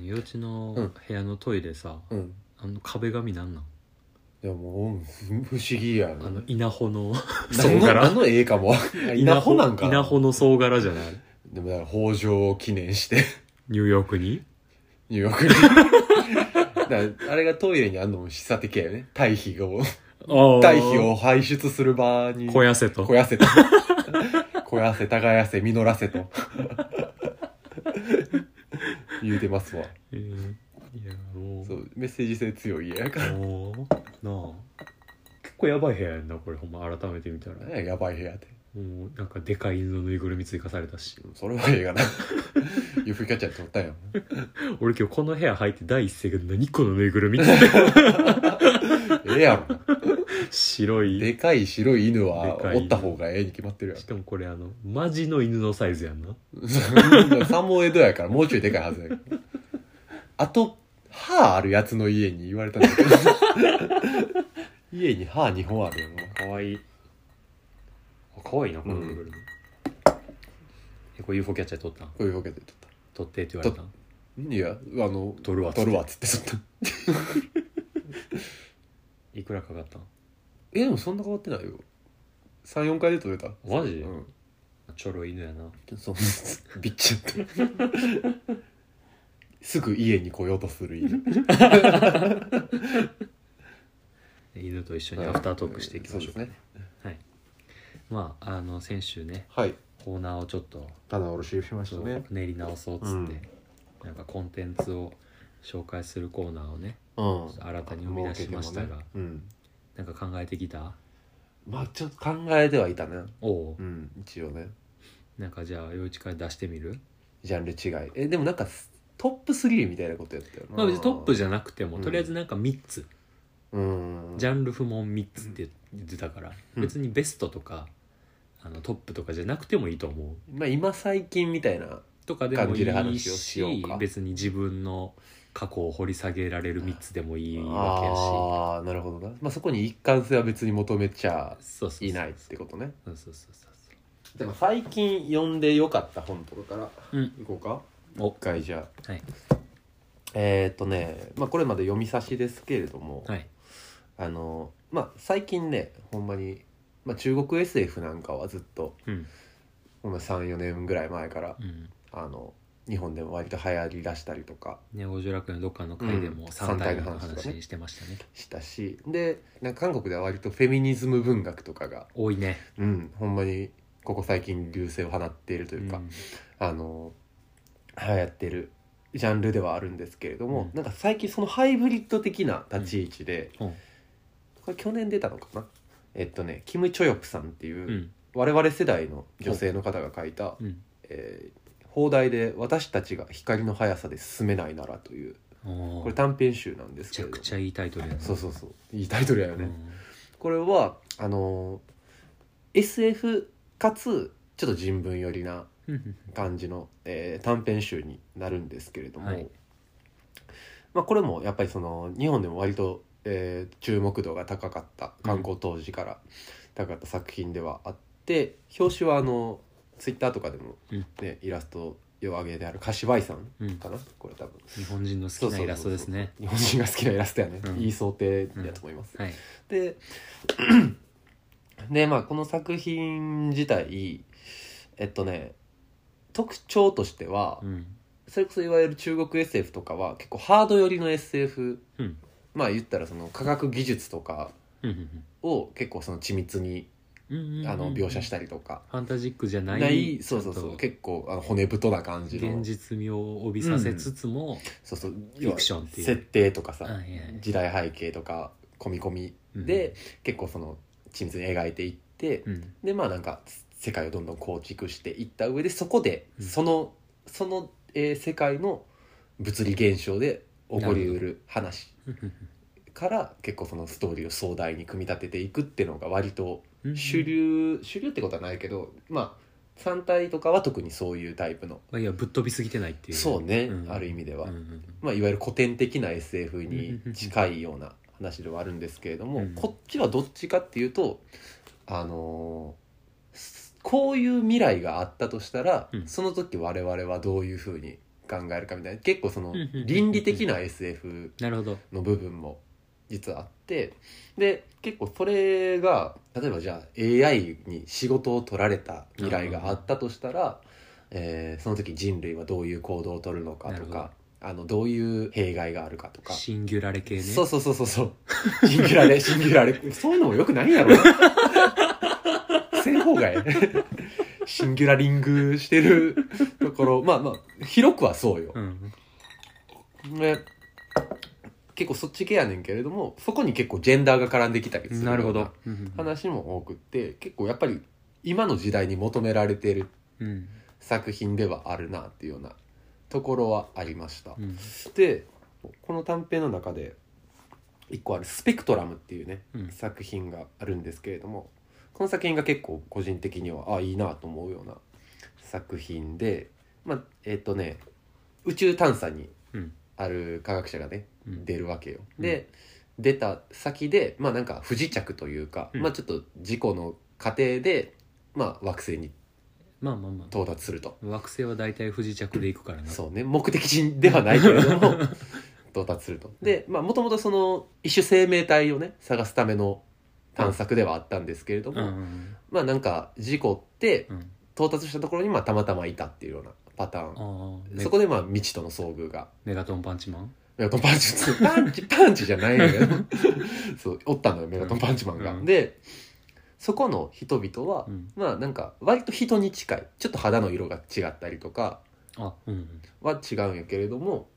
幼稚のうん部屋のトイレさ、うんあの壁紙なんなんいやもううん不思議やあなの稲穂 の何の柄何の絵かも 稲穂なんかな稲穂の総柄じゃないでもだから北条を記念して ニューヨークにニューヨークに だからあれがトイレにあんのも示唆的やよね堆肥を堆肥を排出する場に肥やせと肥やせと 肥やせ耕せ実らせと 言うてますわえーいやもうそうメッセージ性強い家やからもうなあ結構やばい部屋やんなこれほんま改めて見たら何ややばい部屋ってもうなんかでかい犬のぬいぐるみ追加されたしそれはええがな ゆふキャッチャー撮ったんやもん俺今日この部屋入って第一声が何このぬいぐるみって ええやろ白いでかい白い犬はでかい犬おった方がええに決まってるしかもこれあのマジの犬のサイズやんなやん サモエドやからもうちょいでかいはずやけどあと歯あるやつの家に言われたんだけど 家に歯2本あるよなかわいいかわいいなこのぬいぐるみ、えこれ UFO キャッチャー撮ったんこういうわけで撮った撮ってって言われたんいやあの撮るわっつって撮るわっつって撮ったいくらかかったんえでもそんな変わってないよ34回で撮れたマジ、うちょろい犬やなんそうびっちゃった すぐ家に来ようとする犬犬と一緒にアフタートークしていきましょう,、そうですねはいまああの先週ねはいコーナーをちょっと棚卸ししましたね練り直そうっつって、うんなんかコンテンツを紹介するコーナーをねうん新たに生み出しましたが、うんなんか考えてきたまあちょっと考えてはいたねおおう、うん一応ねなんかじゃあ陽一から出してみるジャンル違いえでもなんかトップ3みたいなことやったよなまあ別にトップじゃゃなくても、うんとりあえずなんか3つうんジゃャンル不問3つって言ってたから、うん別にベストとかあのトップとかじゃなくてもいいと思うまあ今最近みたいなとかでもい感いじる話をしよしうか別に自分の過去を掘り下げられる3つでもいいわけやしああなるほどな、まあ、そこに一貫性は別に求めちゃそうそうそういいないってことねそうそうそうそでも最近読んでよかった本とかからううんいこうかお一回じゃあはいえーっ、とね、まあ、これまで読み差しですけれども、はいあのまあ最近ねほんまに、まあ、中国 SF なんかはずっとうんほんま34年ぐらい前からうんあの日本でも割と流行りだしたりとかね五十楽園のどっかの回でもうん3体の三体の話とか話ねしてましたね,、したしでなんか韓国では割とフェミニズム文学とかが、多いねうん、ほんまにここ最近流星を放っているというか、うんあの流行ってるジャンルではあるんですけれども、うんなんか最近そのハイブリッド的な立ち位置で、うんうんこれ去年出たのかなえっとねキム・チョヨプさんっていう、うん我々世代の女性の方が書いたう、んえー放題で「私たちが光の速さで進めないなら」というおーこれ短編集なんでめすちけゃれどくもちゃいいタイトルやなそうそうそういいタイトルやよね、うんこれはあのー SF かつちょっと人文寄りなうん感じの、えー短編集になるんですけれども、はいまあ、これもやっぱりその日本でも割と、えー注目度が高かった刊行当時から高かった作品ではあって、表紙はあのツイッターとかでも、うんねイラストを上げである柏井さんうんかなこれ多分日本人の好きなイラストですね日本人が好きなイラストやね、うんいい想定やと思います。はいででまあこの作品自体えっとね特徴としては、うんそれこそいわゆる中国 SF とかは結構ハード寄りの SF うんまあ言ったらその科学技術とかうんうんを結構その緻密にうんうんあの描写したたりとか、ファンタジックじゃないないそうそうそちゃんうと結構あの骨太な感じの現実味を帯びさせつつも、そうそうフィクションっていう設定とかさ、はいはい時代背景とか込み込みうんで、結構その緻密に描いていって、うんでまあなんか世界をどんどん構築していった上でそこでうんその、その、えー世界の物理現象で起こりうる話から結構そのストーリーを壮大に組み立てていくっていうのが割とうん主流、主流ってことはないけどまあ3体とかは特にそういうタイプの、まあいやぶっ飛びすぎてないっていうそうね、うんある意味でうは、んうんまあ、いわゆる古典的な SF に近いような話ではあるんですけれども、うんこっちはどっちかっていうと、あのーすこういう未来があったとしたら、うんその時我々はどういうふうに考えるかみたいな結構そのうんうんうんうん倫理的な SF なるほどの部分も実はあってで結構それが例えばじゃあ AI に仕事を取られた未来があったとしたら、えーその時人類はどういう行動を取るのかなとるほどかあのどういう弊害があるかとか。シンギュラレ系ねそうそうそうそうそうシンギュラ レシンギュラレそういうのもよくないやろせん方 がええシンギュラリングしてるところまあまあ広くはそうよ、うんね、結構そっち系やねんけれどもそこに結構ジェンダーが絡んできたりするなるほよどう話も多くって結構やっぱり今の時代に求められてるうん作品ではあるなっていうようなところはありましたう、んでこの短編の中で一個ある「スペクトラム」っていうねうん作品があるんですけれどもこの作品が結構個人的にはあいいなと思うような作品でまあえっ、とね宇宙探査にうんある科学者がね、うん出るわけよ。うんで出た先でまあなんか不時着というか、うんまあちょっと事故の過程で、まあ、惑星にまあまあまあ到達すると。惑星は大体不時着で行くからなそうね目的地ではないけれども 到達するとでまあもともとその一種生命体をね探すための探索ではあったんですけれども、うんうんまあなんか事故ってうんうん到達したところにまあたまたまいたっていうようなパターンああメそこでまあ未知との遭遇がメガトンパンチマンメガトンパ ンチパンチパンチじゃないのよ そうおったのよメガトンパンチマンが、うんでそこの人々は、うんまあなんか割と人に近いちょっと肌の色が違ったりとかあうんは違うんやけれども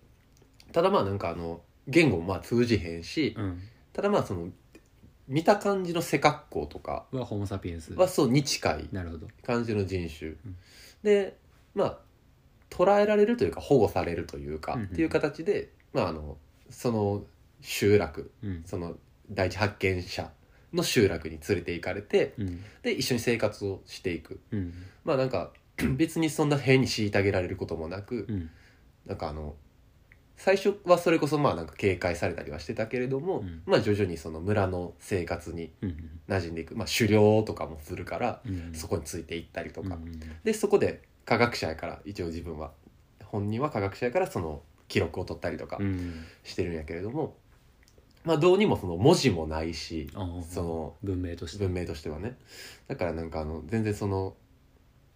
ただまあなんかあの言語もまあ通じへんしうんただまあその見た感じの背格好とかはホモ・サピエンスはそうに近いなるほど感じの人種うんでまあ捉えられるというか保護されるというかうんうんっていう形でまああのその集落うんその第一発見者の集落に連れて行かれてうんで一緒に生活をしていくうんまあなんか 別にそんな変に虐げられることもなくうんなんかあの最初はそれこそまあなんか警戒されたりはしてたけれども、うんまあ徐々にその村の生活にうん馴染んでいく、まあ、狩猟とかもするからうんそこについていったりとか、うんうんでそこで科学者やから一応自分は本人は科学者やからその記録を取ったりとかうんしてるんやけれども、まあどうにもその文字もないしあーその文明として文明としてはねだからなんかあの全然その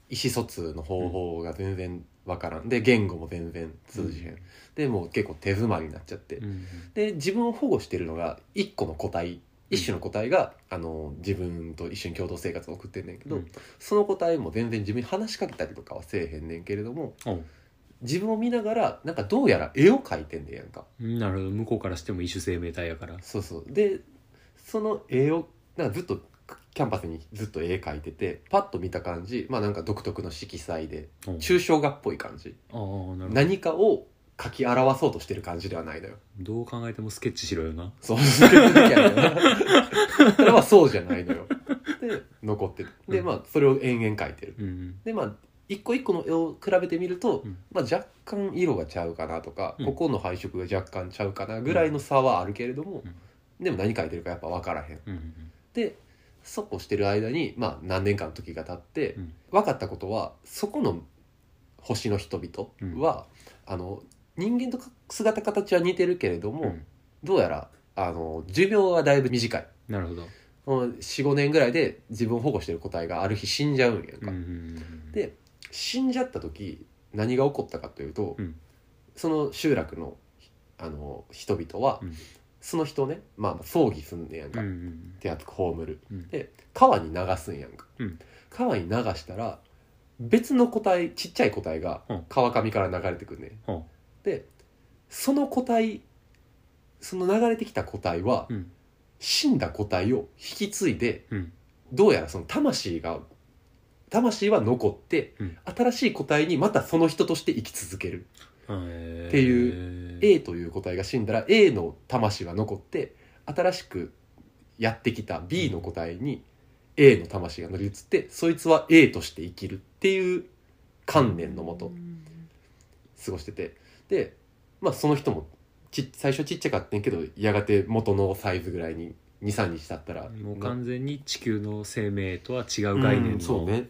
意思疎通の方法が全然わからん、で言語も全然通じへん、でもう結構手詰まりになっちゃって、うんうんで自分を保護してるのが一個の個体一種の個体が、あの自分と一緒に共同生活を送ってんねんけど、うんその個体も全然自分に話しかけたりとかはせえへんねんけれどもお自分を見ながらなんかどうやら絵を描いてんねんやんかうんなるほど向こうからしても一種生命体やからそうそうでその絵をなんかずっとキャンパスにずっと絵描いててパッと見た感じまあなんか独特の色彩でお抽象画っぽい感じああなるほど何かを描き表そうとしてる感じではないのよどう考えてもスケッチしろよなそう続けてなきゃいけないそれはそうじゃないのよで残ってるでまあそれを延々描いてるうんでまあ一個一個の絵を比べてみると、うんまあ、若干色がちゃうかなとか、うんここの配色が若干ちゃうかなぐらいの差はあるけれどもう、でも何描いてるかやっぱ分からへんうんうんでそこしてる間に、まあ、何年間の時が経って、うん分かったことはそこの星の人々は、あの人間と姿形は似てるけれども、うんどうやらあの寿命はだいぶ短いなるほど45年ぐらいで自分を保護してる個体がある日死んじゃうんやんか、うんうんうんで死んじゃった時何が起こったかというと、うんその集落のあの人々は、うんその人をね、まあまあ、葬儀すんねやんうか、んうん手厚く葬る、うんで川に流すんやんか、うん川に流したら別の個体ちっちゃい個体がうん川上から流れてくるね、うんでその個体その流れてきた個体は、うん死んだ個体を引き継いでうんどうやらその魂が魂は残って、うん新しい個体にまたその人として生き続ける、っっていう A という個体が死んだら A の魂は残って新しくやってきた B の個体に A の魂が乗り移ってそいつは A として生きるっていう観念のもと過ごしててでまあその人もち最初ちっちゃかったんけどやがて元のサイズぐらいに23日経ったらもう完全に地球の生命とは違う概念うのんそうね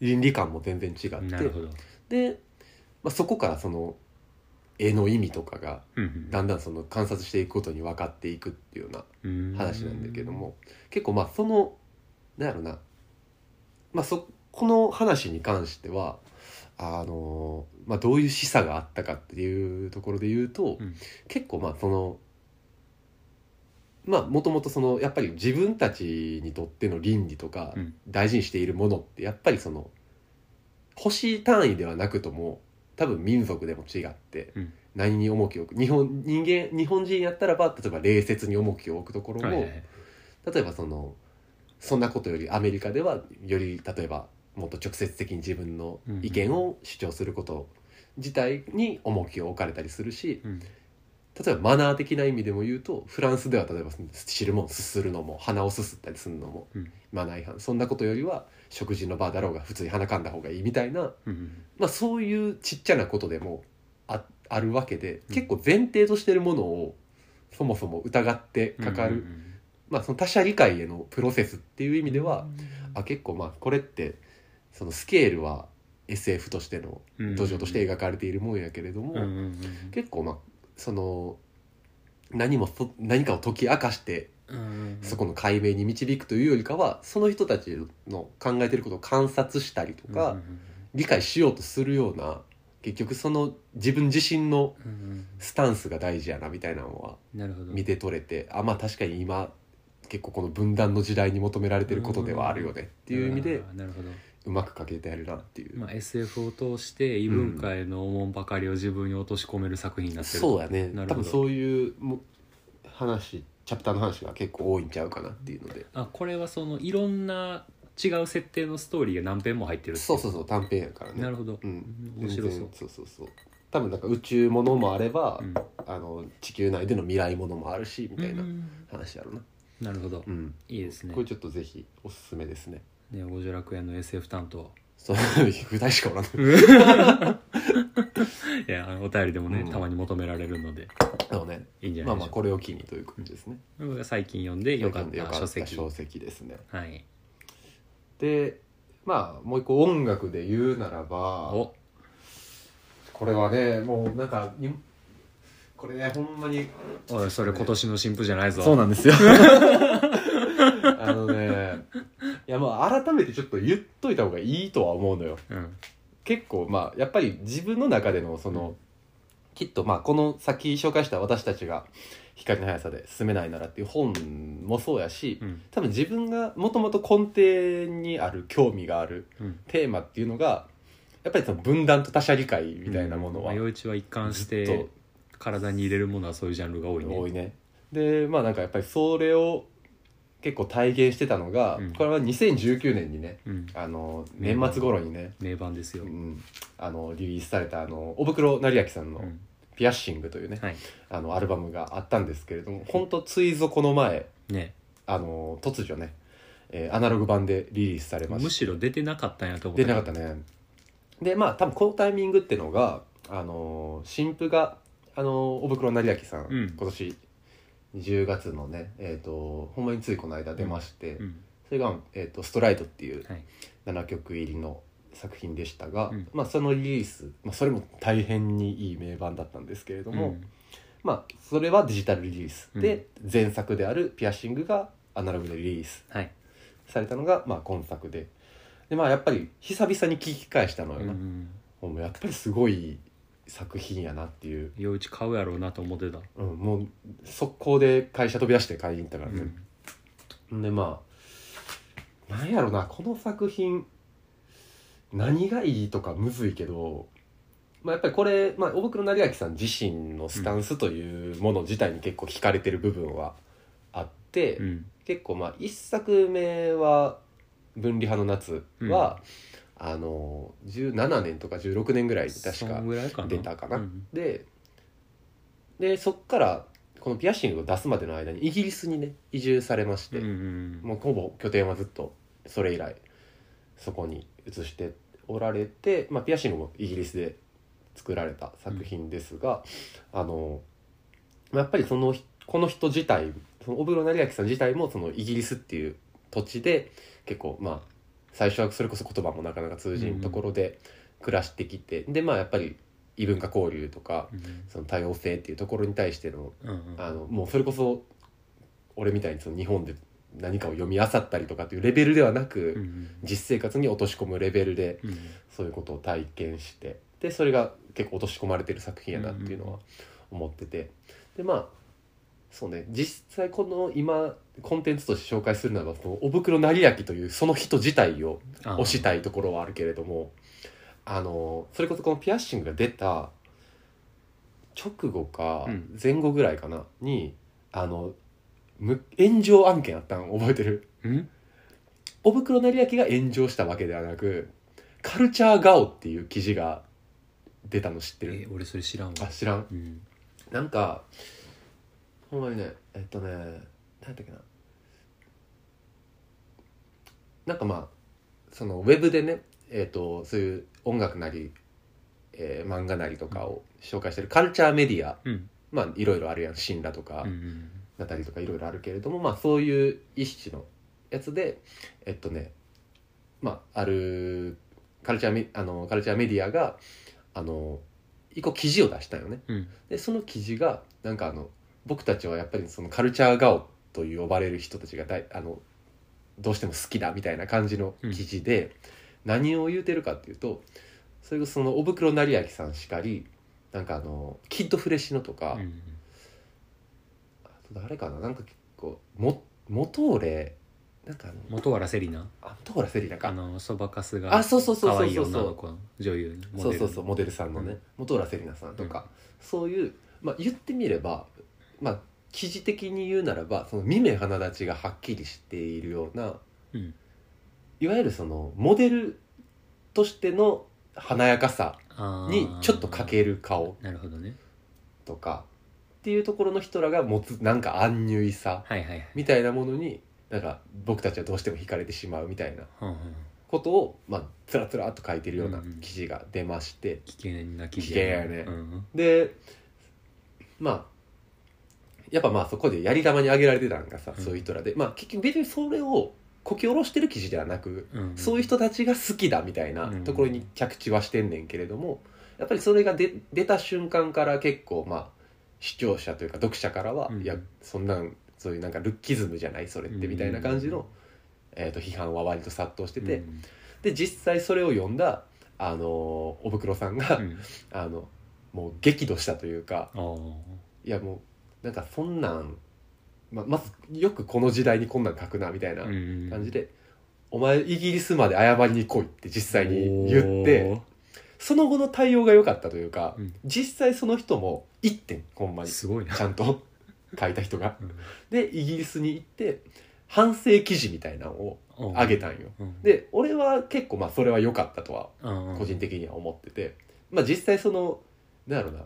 倫理観も全然違ってなるほどで、まあ、そこからその絵の意味とかがうんだんだんその観察していくことに分かっていくっていうようなうん話なんだけども結構まあそのなんやろな、まあ、そこの話に関してはあの、まあ、どういう示唆があったかっていうところで言うと、うん結構まあその。まあ、もともとそのやっぱり自分たちにとっての倫理とかうん大事にしているものってやっぱりその星単位ではなくとも多分民族でも違ってうん何に重きを置く日本人間日本人やったらば例えば礼節に重きを置くところも、はいはいはい例えばそのそんなことよりアメリカではより例えばもっと直接的に自分の意見を主張すること自体に重きを置かれたりするしうん例えばマナー的な意味でも言うとフランスでは例えばその汁もすするのも鼻をすすったりするのもうんマナー違反そんなことよりは食事の場だろうが普通に鼻かんだ方がいいみたいな、うんまあ、そういうちっちゃなことでもああるわけでうん結構前提としてるものをそもそも疑ってかかる。まあ、その他者理解へのプロセスっていう意味では、あ結構まあこれってそのスケールは SF としてのうんうん土壌として描かれているもんやけれども、うんうん結構まあその何もそ何かを解き明かしてうんそこの解明に導くというよりかはその人たちの考えてることを観察したりとか、うん理解しようとするような結局その自分自身のうんうんスタンスが大事やなみたいなのはなるほど見て取れてあまあ確かに今結構この分断の時代に求められてることではあるよねっていう意味であーなるほどうまく書けてやるなっていう、まあ SF を通して異文化へのおもんばかりを自分に落とし込める作品になってるそうやねなる多ほど分そういうも話チャプターの話が結構多いんちゃうかなっていうのであこれはそのいろんな違う設定のストーリーが何編も入ってるっていそうそうそう短編やからねなるほど、うん、面白そう全然そうそうそう多分なんか宇宙ものもあれば、うんあの地球内での未来ものもあるしみたいなうん話やろななるほど、うん、いいですねこれちょっとぜひおすすめですねネオ五条楽園の SF 担当そう2人しかおら んのいやあのお便りでもね、うんたまに求められるのででもねいいんじゃなまいあでしょまあうか、これを機にという感じですね、僕が最近読んでよかった書籍書籍ですねはいでまあもう一個音楽で言うならばおこれはねもうなんかにこれねほんまにおいそれ今年の新婦じゃないぞなんですよ あのねいやまあ改めてちょっと言っといた方がいいとは思うのようん結構まあやっぱり自分の中でのその、きっとまあこの先紹介した私たちが「光の速さで進めないなら」っていう本もそうやし、うん多分自分がもともと根底にある興味があるうんテーマっていうのがやっぱりその分断と他者理解みたいなものはうんまあ陽一は一貫しずってと体に入れるものはそういうジャンルが多いね多いね。でまあなんかやっぱりそれを結構体現してたのが、うんこれは2019年にねうん、あの年末頃にね、名盤ですよ、ううんん、あのリリースされたあの小袋成明さんの「ピアッシング」というね、はいあのアルバムがあったんですけれども本当ついぞこの前ねあの突如ね、えーアナログ版でリリースされましたむしろ出てなかったんやと思出なかったねでまあ多分このタイミングってのがあのー新婦があのー小袋成明さん、うん今年10月のねえっ、とほんまについこの間出まして、うんそれが、えーと「ストライトっていうはい7曲入りの作品でしたが、うんまあそのリリース、まあ、それも大変にいい名盤だったんですけれども、うんまあそれはデジタルリリース、うんで前作である「ピアッシング」がアナログでリリースはい、されたのが、まあ、今作ででまあやっぱり久々に聞き返したのようんうな、ん、もうやっぱりすごい作品やなっていう、陽一買うやろうなと思ってた、うん、もう速攻で会社飛び出して買いに行ったからね、ん、でまあなんやろなこの作品何がいいとかむずいけど、まあ、やっぱりこれ、まあ、小袋成明さん自身のスタンスというもの自体に結構惹かれてる部分はあって、うん結構まあ一作目は「分離派の夏は」あの17年とか16年ぐらいに確そんかぐらいかな出たかなうんででそっからこの「ピアシング」を出すまでの間にイギリスにね移住されまして、うんうんもうほぼ拠点はずっとそれ以来そこに移しておられて、まあ、ピアシングもイギリスで作られた作品ですが、あのやっぱりそのこの人自体その小室成明さん自体もそのイギリスっていう土地で結構まあ最初はそれこそ言葉もなかなか通じんところで暮らしてきて、でまあやっぱり異文化交流とかうんその多様性っていうところに対してのうんあのもうそれこそ俺みたいにその日本で何かを読み漁ったりとかっていうレベルではなく、うん実生活に落とし込むレベルでうんそういうことを体験してでそれが結構落とし込まれてる作品やなっていうのは思っててでまあそうね実際この今コンテンツとして紹介するならばこの「お袋なりやき」というその人自体をあ推したいところはあるけれどもあのそれこそこのピアッシングが出た直後かうん前後ぐらいかなに、あのむ炎上案件あったの覚えてるうんお袋成明が炎上したわけではなくカルチャーガオっていう記事が出たの知ってえる俺それ知らんわあ知らんうんなんかほんまにねえっとね何やったっけななんかまあそのウェブでねえっ、とそういう音楽なり、えー漫画なりとかを紹介してるカルチャーメディアうんまあいろいろあるやん神羅とか、うんだったりとかいろいろあるけれども、まあ、そういう一種のやつでえっとねまああるカルチャーメあのカルチャーメディアがあの一個記事を出したよねうんでその記事がなんかあの僕たちはやっぱりそのカルチャー顔と呼ばれる人たちがだいあのどうしても好きだみたいな感じの記事で、何を言うてるかっていうとそれこそそのお袋成明さんしかりなんかあのキッドフレッシュのとか、うんあと誰かななんか結構も元俺なんかあの元原セリナあ元俺セリナあかのそばかすがあそうそうそうそうそう可愛い女の子の女優にそうそうそうモデルさんのうねん元俺セリナさんとか、そういう、まあ、言ってみれば、まあ、記事的に言うならばその見目鼻立ちがはっきりしているようなうんいわゆるそのモデルとしての華やかさあーにちょっと欠ける顔なるほどねとかっていうところの人らが持つなんか安ュイさはいはいはいみたいなものになんか僕たちはどうしても惹かれてしまうみたいなほんほんことを、まあ、つらつらっと書いてるようなうんうん記事が出まして、危険な危危険やねうんでまあやっぱまあそこでやり玉に挙げられてたんがさ、うんそういう人らで、まあ、結局別にそれをこき下ろしてる記事ではなく、うんそういう人たちが好きだみたいなところに着地はしてんねんけれども、やっぱりそれが出出た瞬間から結構まあ視聴者というか読者からは、うんいやそんなんそういうなんかルッキズムじゃないそれってみたいな感じの、えー、と批判は割と殺到してて。うんで実際それを読んだあのーおぶくろさんが、うんあのもう激怒したというかあーいやもうなんかそんなんままずよくこの時代にこんなん書くなみたいなうん感じで、お前イギリスまで謝りに来いって実際に言ってその後の対応が良かったというか、うん実際その人も1点ほんまおーにちすごいなゃんと 書いた人が。うんでイギリスに行って反省記事みたいなのをおーあげたんよ。うんで俺は結構まあそれは良かったとはうんうん個人的には思ってて、まあ、実際そのなんやろうな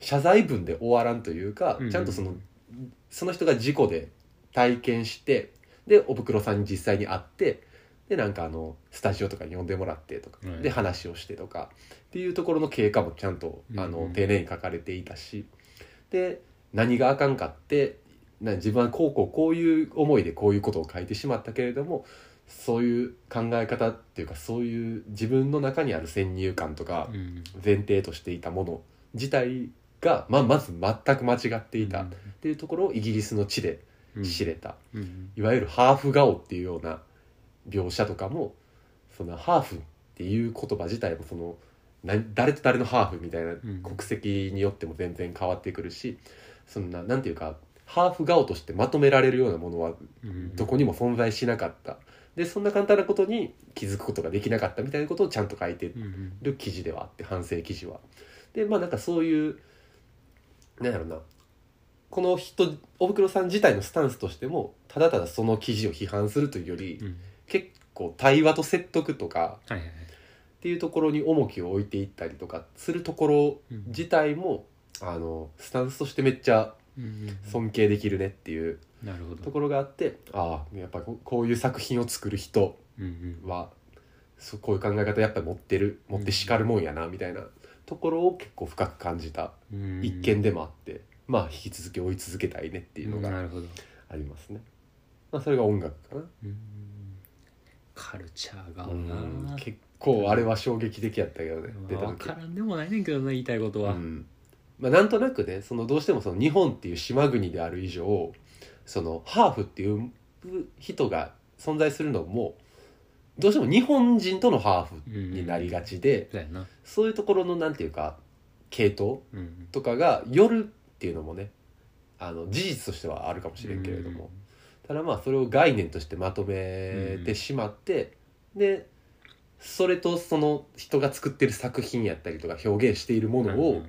謝罪文で終わらんというか、うんちゃんとそのその人が事故で体験してでお袋さんに実際に会ってでなんかあのスタジオとかに呼んでもらってとか、はいで話をしてとかっていうところの経過もちゃんとあうんのうん丁寧に書かれていたしで何があかんかってな自分はこうこうこういう思いでこういうことを書いてしまったけれどもそういう考え方っていうかそういう自分の中にある先入観とかうん前提としていたもの自体が、まあ、まず全く間違っていたっ、ていうところをイギリスの地でうん、知れた、うんいわゆるハーフ顔っていうような描写とかもそのハーフっていう言葉自体もその何誰と誰のハーフみたいなうん国籍によっても全然変わってくるしそんななんていうかハーフ顔としてまとめられるようなものはうんどこにも存在しなかったでそんな簡単なことに気づくことができなかったみたいなことをちゃんと書いてうんうんる記事ではあって反省記事は。でまあなんかそういうなんやろなこの人おふくろさん自体のスタンスとしてもただただその記事を批判するというより、うん結構対話と説得とかはいはいはいっていうところに重きを置いていったりとかするところうん自体も、あのスタンスとしてめっちゃうんうん尊敬できるねっていうなるほどところがあってああやっぱりここういう作品を作る人うんうんはそうこういう考え方やっぱり持ってる持って叱るもんやなみたいなところを結構深く感じたうん一見でもあって、まあ引き続き追い続けたいねっていうのながるほどありますね。まあ、それが音楽かな、うんカルチャーがうんな結構あれは衝撃的やったけどね、出た分時からんでもないねんけどな言いたいことは、うんまあ、なんとなくねそのどうしてもその日本っていう島国である以上そのハーフっていう人が存在するのもどうしても日本人とのハーフになりがちで、そうやなそういうところのなんていうか系統うんとかが夜っていうのもねあの事実としてはあるかもしれんけれども、ただまあそれを概念としてまとめてしまって、でそれとその人が作ってる作品やったりとか表現しているものを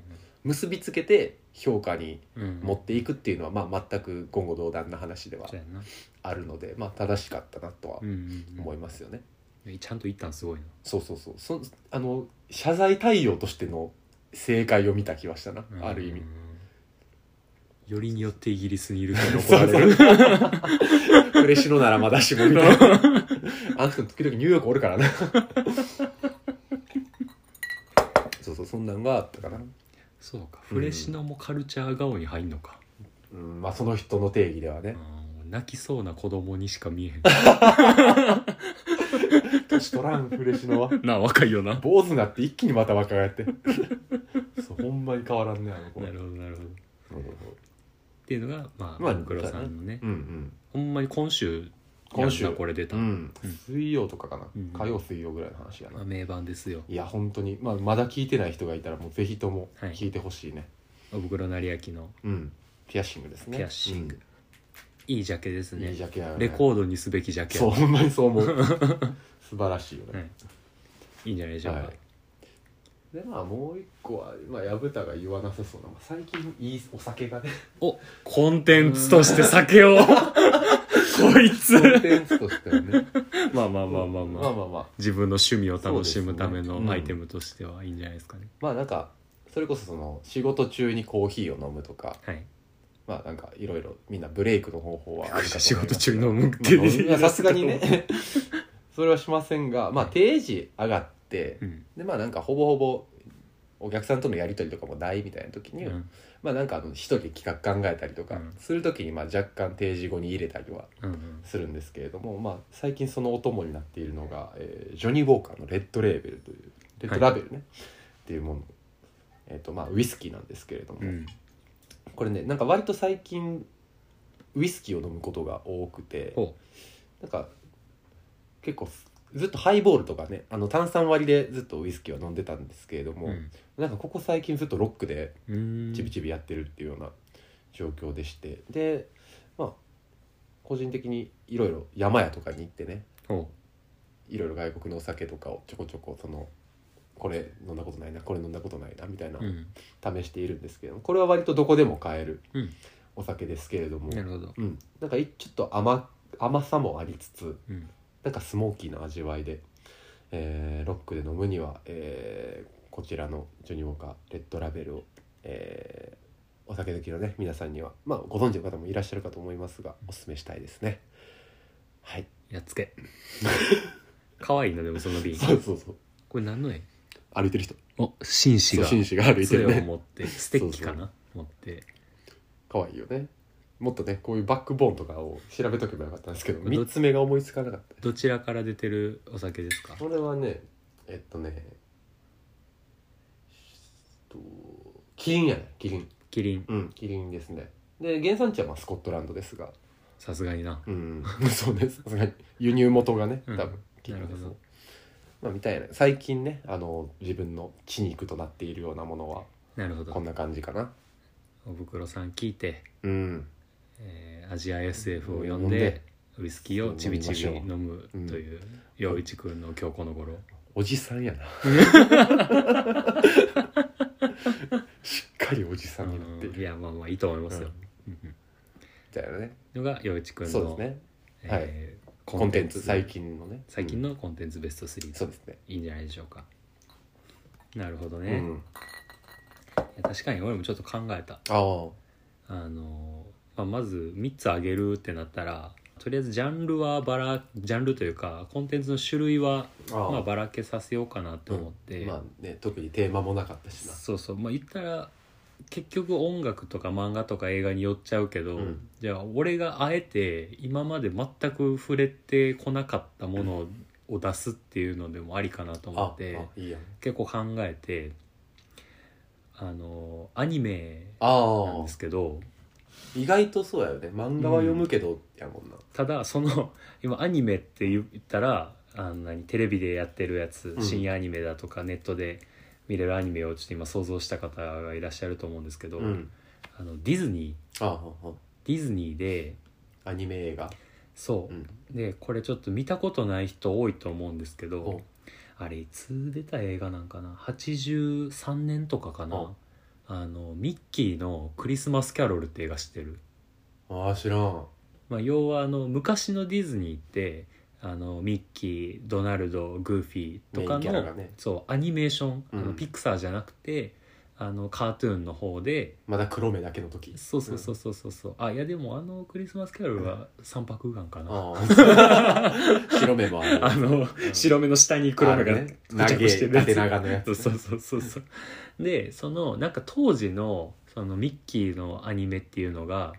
結びつけて評価にうん持っていくっていうのは、まあ、全く言語道断な話ではそうやなあるので、まあ、正しかったなとはうんうん思いますよね。うんちゃんと言ったんすごいなそうそうそうそあの謝罪対応としての正解を見た気はしたな、ある意味うんよりによってイギリスにいる人に怒そらうそれう るフレシノならまだしもみたい なあんた時々ニューヨークおるからなそうそうそんなんがあったかな、そうかフレシノもカルチャー顔に入んのか、うんまあ、その人の定義ではねうん泣きそうな子供にしか見えへん年取らんフレシノはなあ若いよな坊主になって一気にまた若返って そうほんまに変わらんねあの子なるほどなるほどっうんていうのがまあまあマクロさんのねうんほんまに今週今週やんなこれ出た、うんうん水曜とかかな、うん火曜水曜ぐらいの話やな、まあ、名盤ですよいや本当にまあ、まだ聞いてない人がいたらもうぜひともはい聞いてほしいね、お袋成明のうんピアッシングですねピアッシング、、いいジャケですうんねいいジャケやよねレコードにすべきジャケそうほんまにそう思 う素晴らしいよね、はい、いいんじゃないでしょうか、はいでまあもう一個はまあ薮田が言わなさそうな、まあ、最近いいお 酒がねおコンテンツとして酒をこいコつンテンツとしてはねまあま あまあまあまあ、まあまあまあ自分の趣味を楽しむためそうですねうんのアイテムとしてはいいんじゃないですかね、まあなんかそれこそその仕事中にコーヒーを飲むとかはいまあなんかいろいろみんなブレイクの方法はあるかと思いますが仕事中に飲むっまあて飲みはさすがにねそれはしませんがまあ定時上がってうん、でまあなんかほぼほぼお客さんとのやり取りとかもないみたいな時うに、んまあなんかあの一人で企画考えたりとかうんする時にまあ若干定時後に入れたりはうんするんですけれども、まあ、最近そのお供になっているのが、えージョニー・ウォーカーのレッドレーベルというレッドラベルね、っていうもの、えーとまあ、ウイスキーなんですけれども、うんこれねなんか割と最近ウイスキーを飲むことが多くてほなんか結構ずっとハイボールとかねあの炭酸割りでずっとウイスキーは飲んでたんですけれどうも、うんなんかここ最近ずっとロックでうんちびちびやってるっていうような状況でしてでまあ個人的にいろいろ山屋とかに行ってねほいろいろ外国のお酒とかをちょこちょこそのこれ飲んだことないなこれ飲んだことないなみたいなううん試しているんですけどこれは割とどこでも買えるうんお酒ですけれども、なるほど、うん、なんかいちょっと甘甘さもありつつうん、なんかスモーキーな味わいで、えーロックで飲むには、えーこちらのジョニー・ウォーカーレッドラベルを、えーお酒好きのね皆さんには、まあ、ご存知の方もいらっしゃるかと思いますがおすすめしたいですねはいやっつけ可愛いなでもその瓶そうそうそうこれ何の絵歩いてる人お紳士そうが紳士が歩いて杖るをね持ってステッキかな持って可愛いよねもっとねこういうバックボーンとかを調べとけばよかったんですけどど3つ目が思いつかなかったどちらから出てるお酒ですかこれはねえっとねえっとキリンやねキリンキリンうん、キリンですね。で、原産地はまあスコットランドですが、さすがになうん、 そうです。さすがに輸入元がね、多うん分キリンですなるほねど。まあ、みたいな最近ねあの自分の血肉となっているようなものはなるほこんどな感じかなおぶくろさん聞いて、うんえーアジア SF を呼うんん呼んででウイスキーをちびちび飲むうんという陽一くんの今日この頃おじさんやな しっかりおじさんになっていうんいるやまあまあいいと思いますようんみたいなねうんのが陽一くんそうですのねえーコンテンツ最最近のね近の、のコンテンツベストうん3そうですねいいんじゃないでしょうかなるほどうねんいや確かに俺もちょっと考えたあああの、まあ、まず3つあげるってなったらとりあえずジャンルはバラジャンルというかコンテンツの種類はああまあばらけさせようかなと思って、まあね特にテーマもなかったしなそうそうまあ言ったら結局音楽とか漫画とか映画に寄っちゃうけど、うんじゃあ俺があえて今まで全く触れてこなかったものを出すっていうのでもありかなと思あってあいいやん結構考えてあのアニメなんああですけど意外とそうやよね漫画は読むけどやもんな、ただその 今アニメって言ったらあの何テレビでやってるやつうん深夜アニメだとかネットで見れるアニメをちょっと今想像した方がいらっしゃると思うんですけど、うんあのディズニーあああディズニーであアニメ映画そうう、んでこれちょっと見たことない人多いと思うんですけおどあれいつ出た映画なんかな83年とかかなおあのミッキーの「クリスマス・キャロル」って映画知ってるああ知らんまあ、要はあの昔のディズニーってあのミッキードナルドグーフィーとかメインキャラの、がねそうアニメーション、あうのんピクサーじゃなくてあのカートゥーンの方でまだ黒目だけの時そうそうそうそうそうそうあいやでもあのクリスマスキャロルは三白眼かな、ああ 白目もあるあの、白目の下に黒目があるね付着してるや長い縦つ長のやつそうそうそうそうそう でそのなんか当時のそのミッキーのアニメっていうのが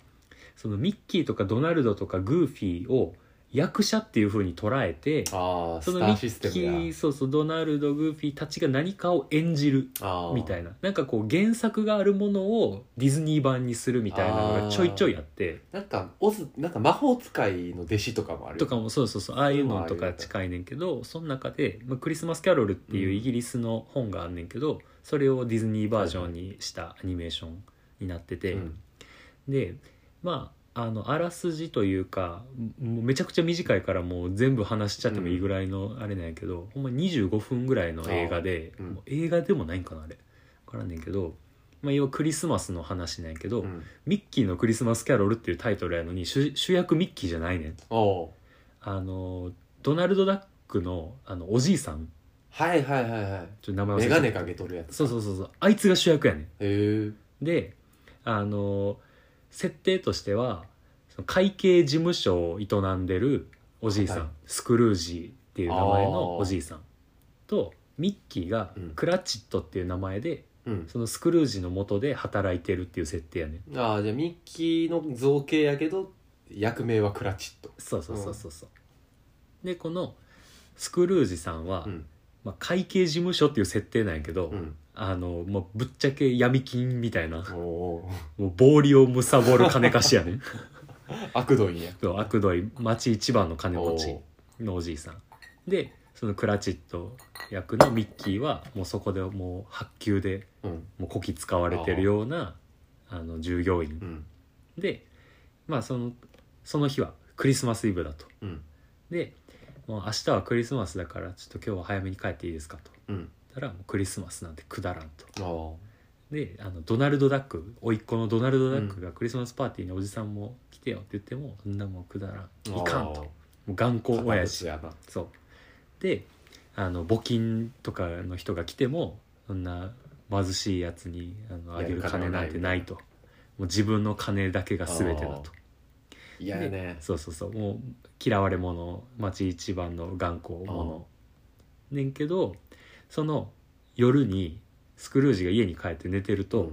そのミッキーとかドナルドとかグーフィーを役者っていう風に捉えてああそスのタミーシスッテキームそうそうドナルドグーフィーたちが何かを演じるだみたいなななんかこう原作があるものをディズニー版にするみたいなのがちょいちょいあってなんかオズなんか魔法使いの弟子とかもあるとかもそうそうそうああいうのとそういうかのあるよね近いねんけどその中で、まあ、クリスマス・キャロルっていううんイギリスの本があんねんけど、それをディズニーバージョンにしたアニメーションになってて、うんでまああのあらすじというかもうめちゃくちゃ短いからもう全部話しちゃってもいいぐらいのあれなんやけど、ほんま25分ぐらいの映画で、あーうんもう映画でもないんかなあれ分からんねんけど、まあ、要はクリスマスの話なんやけど、うんミッキーの「クリスマス・キャロル」っていうタイトルやのに主主役ミッキーじゃないねん。おうあのドナルド・ダックのあのおじいさんはいはいはいはいちょっと名前忘メれガたネかけとるやつそうそうそうそうあいつが主役やねへんえであの設定としてはその会計事務所を営んでるおじいさん、はいスクルージーっていう名前のおじいさんとミッキーがうんクラチットっていう名前で、うんそのスクルージーの元で働いてるっていう設定やねんああじゃあミッキーの造形やけど役名はクラチットそうそうそうそうそう、でこのスクルージーさんは、うんまあ、会計事務所っていう設定なんやけど、うんあのもうぶっちゃけ闇金みたいなおおもう暴利を貪る金貸しや ね悪どいん やそう悪どい町一番の金持おちーのおじいさんでそのクラチット役のミッキーはもうそこでもう発給でうんもうこき使われてるようなあの従業員うんでまあそのその日はクリスマスイブだとうんでもう明日はクリスマスだからちょっと今日は早めに帰っていいですかとうん言ったらもうクリスマスなんてくだらんとああであのドナルド・ダック甥っ子のドナルド・ダックがクリスマスパーティーにおじさんも来てよって言っても、そんなもんくだらんいかんともう頑固片親口父やなそうであの募金とかの人が来てもそんな貧しいやつにあのあげる金なんてないともう自分の金だけが全てだと嫌やねそうそうそうもう嫌われ者町一番の頑固者ねんけどその夜にスクルージが家に帰って寝てると、うん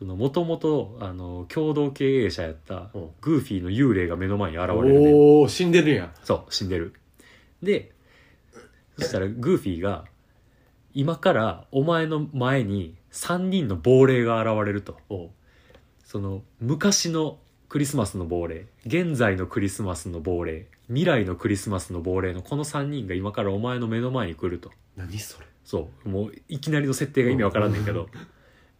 そのもともとあの共同経営者やったうんグーフィーの幽霊が目の前に現れるねおお死んでるやんそう死んでるでそしたらグーフィーが「今からお前の前に3人の亡霊が現れる」と。おうその昔のクリスマスの亡霊現在のクリスマスの亡霊未来のクリスマスの亡霊のこの3人が今からお前の目の前に来ると何それそうもういきなりの設定が意味わからんねんけど、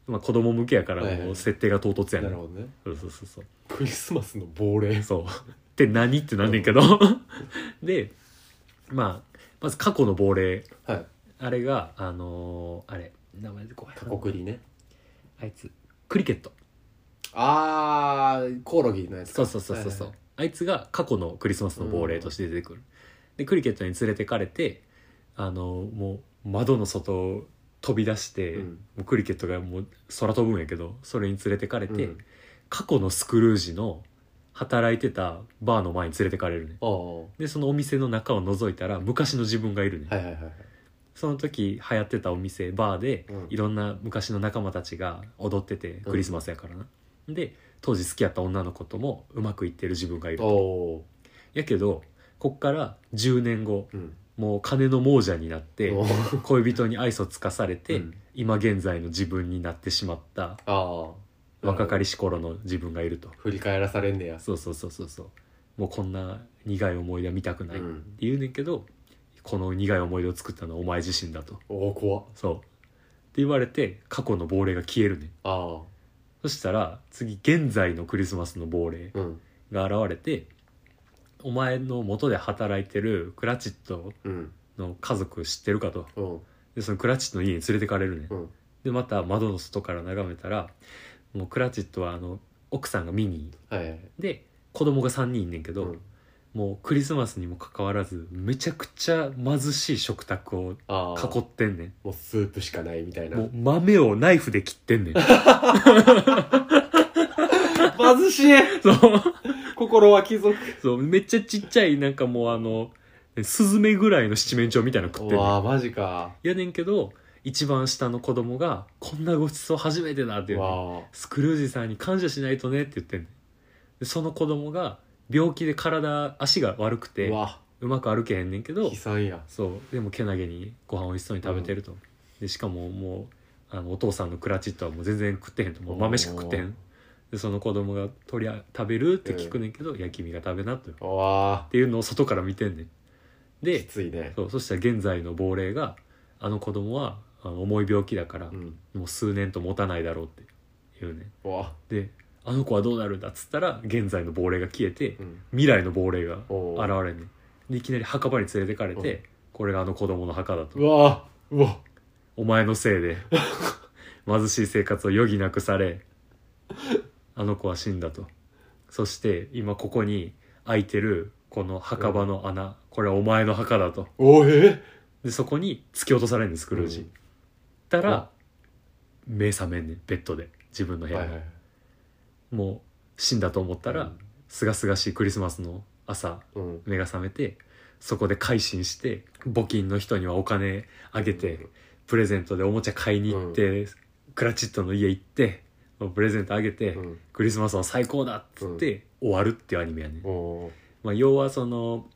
まあ子供向けやからはいもはうい設定が唐突やね、なんるほどねそうそうそうそうクリスマスの亡霊そう。 って何ってなんねんけど でまあまず過去の亡霊はいあれがあのーあれ名前で怖い過酷にねあいつクリケットあーコオロギのやつそかうそうそうそうそう、はいあいつが過去のクリスマスの亡霊として出てくる、でクリケットに連れてかれてあのもう窓の外を飛び出して、うんもうクリケットがもう空飛ぶんやけどそれに連れてかれはいて、うん過去のスクルージの働いてたバーの前に連れてかれるねああはでそのお店の中を覗いたら昔の自分がいるね、いはいはいはいその時流行ってたお店バーで、うんいろんな昔の仲間たちが踊っててうんクリスマスやからな、で当時好きやった女の子ともうまくいってる自分がいるおおやけどこっから10年後うんもう金の亡者になっておー恋人に愛想つかされて、うん今現在の自分になってしまったああ若かりし頃の自分がいると、振り返らされんねやそうそうそうそうそうもうこんな苦い思い出は見たくないっうんて言うねんけど、この苦い思い出を作ったのはお前自身だとおお怖っそうって言われて過去の亡霊が消えるねんあそしたら次現在のクリスマスの亡霊あうんが現れてお前の元で働いてるクラチットうんの家族知ってるかとうんでそのクラチットの家に連れてかれるねんうんでまた窓の外から眺めたらもうクラチットはあの奥さんがミニはいはいはいーで子供が3人いんねんけど、うんもうクリスマスにもかかわらずめちゃくちゃ貧しい食卓をああ囲ってんねもうスープしかないみたいんなもう豆をナイフで切ってんねん貧しい そう心は貴族そうめっちゃちっちゃいなんかもうあのスズメぐらいの七面鳥みたいなの食ってんねんわあマジかやねんけど一番下の子供が「こんなごちそう初めてだ」って言うねんわスクルージさんに感謝しないとねって言ってんねんでその子供が病気で体足が悪くあてわうまく歩けへんねんけど悲惨やそうでもけなげにご飯美味しそうに食べてると、でしかももうあのお父さんのクラチットはもう全然食ってへんともう豆しか食ってへおーんでその子供が「鳥は食べる?」って聞くねんけど「いや君が食べな」とっわあていうのを外から見てんねんきでついねそうそしたら現在の亡霊があの子供はあの重い病気だから、うんもう数年と持たないだろうって言うねうわであの子はどうなるんだっつったら現在の亡霊が消えてうん未来の亡霊がお現ーれんねんでいきなり墓場に連れてかれてこれがあの子供の墓だうとわうわお前のせいで貧しい生活を余儀なくされあの子は死んだとそして今ここに開いてるこの墓場の穴、これはお前の墓だとおえーでそこに突き落とされるんですクルージ、うんたら目覚めんねんベッドで自分の部屋はで、いはいもう死んだと思ったらすがすがしいクリスマスの朝うん目が覚めてそこで改心して募金の人にはお金あげて、プレゼントでおもちゃ買いに行って、クラチットの家行ってプレゼントあげて、うんクリスマスは最高だっつって、終わるっていうアニメやねん、おーまあ、要はその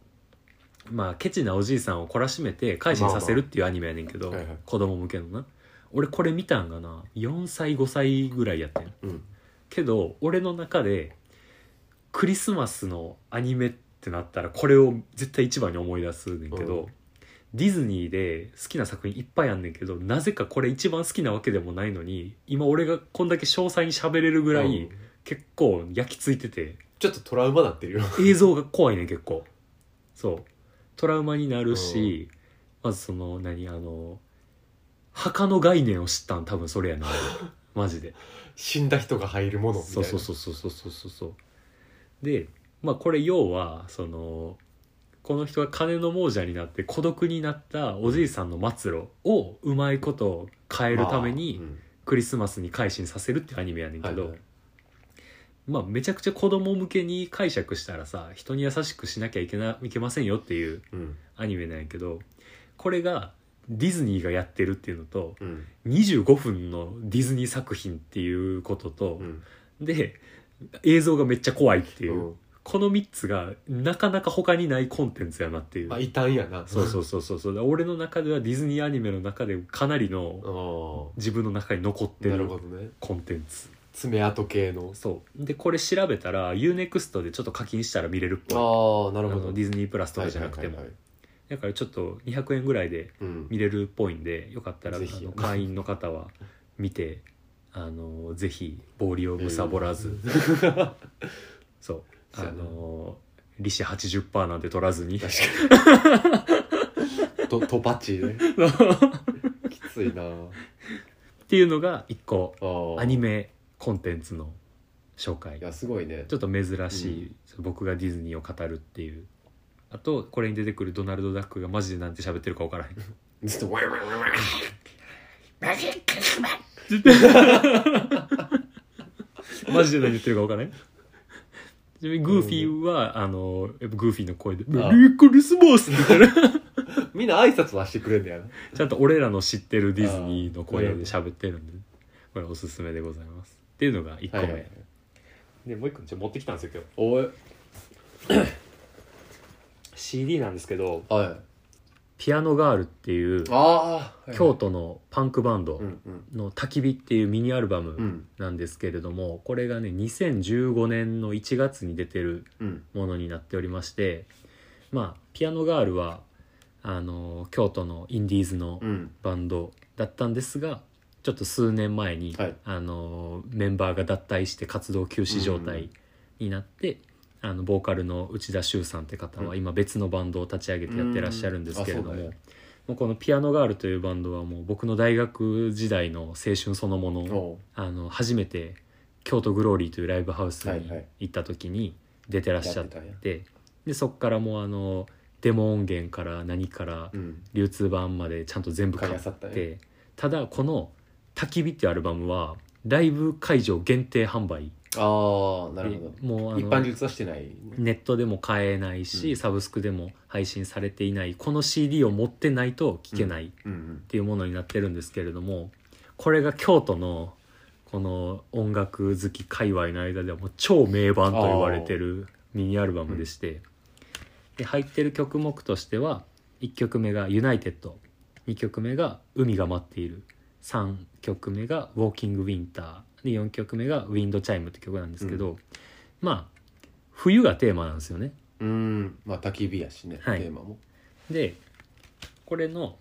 まあケチなおじいさんを懲らしめて改心させるっていうアニメやねんけど、まあまあはいはい子供向けのな俺これ見たんがな4歳5歳ぐらいやってんうんけど俺の中でクリスマスのアニメってなったらこれを絶対一番に思い出すねんけど、うんディズニーで好きな作品いっぱいあんねんけどなぜかこれ一番好きなわけでもないのに今俺がこんだけ詳細に喋れるぐらいうん結構焼き付いててちょっとトラウマなってるよ映像が怖いねん結構そうトラウマになるし、まずその何あの墓の概念を知ったん多分それやなマジで死んだ人が入るものみたいそなうそうそうそうそうそうそうそうでまあこれ要はそのこの人が金の亡者になって孤独になったおじいさんの末路をうまいこと変えるためにまあうんクリスマスに改心させるっていうアニメやねんけど、はいはいまあめちゃくちゃ子供向けに解釈したらさ人に優しくしなきゃいけないけませんよっていううんアニメなんやけどこれがディズニーがやってるっていうのとうん25分のディズニー作品っていうことと、うんで映像がめっちゃ怖いっていう、うんこの3つがなかなか他にないコンテンツやなっていう、まあ異端やなそうそうそうそうそう俺の中ではディズニーアニメの中でかなりのあ自分の中に残っあてなるるほどねコンテンツ爪痕系のそうでこれ調べたら UNEXT でちょっと課金したら見れるっぽいああなあるほのどディズニープラスとかじゃなくても、はいはいだからちょっと200円ぐらいではいはいうん見れるっぽいんでよかったらあぜひの会員の方は見てあのぜひ暴利をむさぼらず、そうあそうやなの利子80%なんて取らずに確かにとトパッチ ねっきついなていうのが一個あーアニメコンテンツの紹介いやすごいねちょっと珍しい、僕がディズニーを語るっていうあとこれに出てくるドナルド・ダックがマジでなんて喋ってるか分からへんずっとワイワイワイワイマジックスマンマジで何言ってるか分からないちなみにグーフィーは、あのやっぱグーフィーの声で「メリあークリスマス!」って言ったらみんな挨拶はしてくれんだよなちゃんと俺らの知ってるディズニーの声で喋ってるんでこれおすすめでございますっていうのが1個目、はいはいでもう1個ちょっと持ってきたんですよ今おい日 CD なんですけどは「ピアノガールっていうああ京都のパンクバンドうんうんの焚き火っていうミニアルバうムんなんですけれども、これがね2015年の1月に出てるうんものになっておりましてまあピアノガールはあの京都のインディーズのうんバンドだったんですがちょっと数年前に、はいあのメンバーが脱退して活動休止状態になって、あのボーカルの内田修さんって方うはん今別のバンドを立ち上げてやってらっしゃるんですけれども,、うんあそうだねもうこの「ピアノガール」というバンドはもう僕の大学時代の青春そのものおうあの初めて京都グローリーというライブハウスはいにはい行った時に出てらっしゃっやっててでそっからもうあのデモ音源から何からうん流通版までちゃんと全部買っ買い漁ったてただこの「焚き火」っていうアルバムはライブ会場限定販売ああなでるほどもうあ一般の流通はしてないネットでも買えないし、うんサブスクでも配信されていないこの CD を持ってないと聴けないっうんうんていうものになってるんですけれどもこれが京都のこの音楽好き界隈の間ではもう超名盤と言われてるミニアルバムでして、で入ってる曲目としては1曲目が「ユナイテッド」2曲目が「海が待っている」3曲目が「ウォーキング・ウィンター」で4曲目が「ウィンド・チャイム」って曲なんですけど、まあ冬がテーマなんですよね。うんまあ焚き火やしね、はいテーマもでこれの